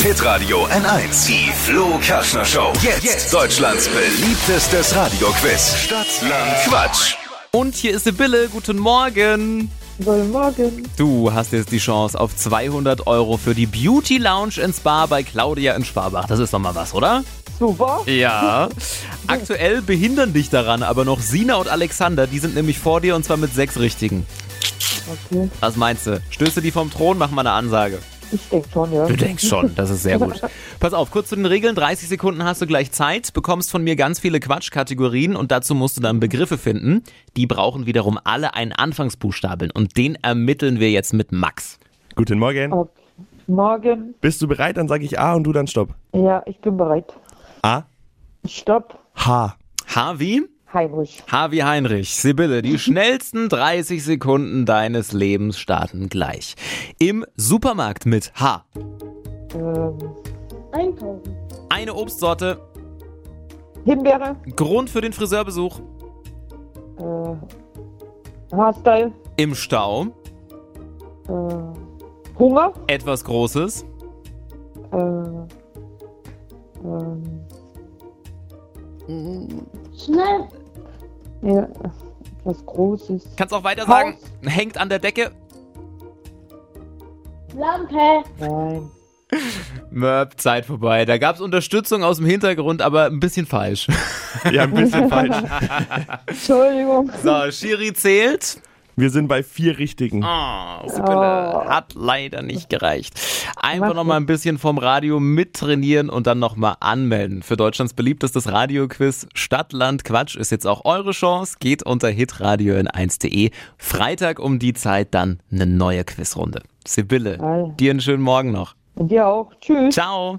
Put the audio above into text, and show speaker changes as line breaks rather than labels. Hitradio N1. Die Flo Kaschner Show. Jetzt. Deutschlands beliebtestes Radioquiz. Stadt, Land, Quatsch.
Und hier ist Sibylle. Guten Morgen.
Guten Morgen.
Du hast jetzt die Chance auf 200 Euro für die Beauty Lounge in Spa bei Claudia in Sparbach. Das ist doch mal was, oder?
Super.
Ja. Aktuell behindern dich daran aber noch Sina und Alexander. Die sind nämlich vor dir und zwar mit sechs Richtigen.
Okay.
Was meinst du? Stößt du die vom Thron? Mach mal eine Ansage.
Ich denke schon, ja.
Du denkst schon, das ist sehr gut. Pass auf, kurz zu den Regeln. 30 Sekunden hast du gleich Zeit, bekommst von mir ganz viele Quatschkategorien und dazu musst du dann Begriffe finden. Die brauchen wiederum alle einen Anfangsbuchstaben und den ermitteln wir jetzt mit Max.
Guten Morgen.
Okay. Morgen.
Bist du bereit? Dann sage ich A und du dann Stopp.
Ja, ich bin bereit.
A,
Stopp.
H.
H wie?
Heinrich.
H wie Heinrich. Sibylle, die schnellsten 30 Sekunden deines Lebens starten gleich. Im Supermarkt mit H.
Ähm,
Einkaufen.
Eine Obstsorte.
Himbeere.
Grund für den Friseurbesuch.
Äh, Haarstyle.
Im Stau.
Äh, Hunger.
Etwas Großes.
Äh, ähm,
Schnell.
ja, etwas Großes.
Kannst auch weiter sagen.
Haus.
Hängt an der Decke.
Lampe.
Nein.
Möp, Zeit vorbei. Da gab's Unterstützung aus dem Hintergrund, aber ein bisschen falsch.
Ja, ein bisschen falsch.
Entschuldigung.
So, Schiri zählt.
Wir sind bei vier Richtigen.
Oh, Sibylle
Oh.
hat leider nicht gereicht. Einfach
Macht
nochmal ein bisschen vom Radio mittrainieren und dann nochmal anmelden. Für Deutschlands beliebtestes Radioquiz Stadtland Quatsch ist jetzt auch eure Chance. Geht unter hitradio in 1.de. Freitag um die Zeit dann eine neue Quizrunde. Sibylle,
Geil.
dir einen schönen Morgen noch.
Und dir auch. Tschüss.
Ciao.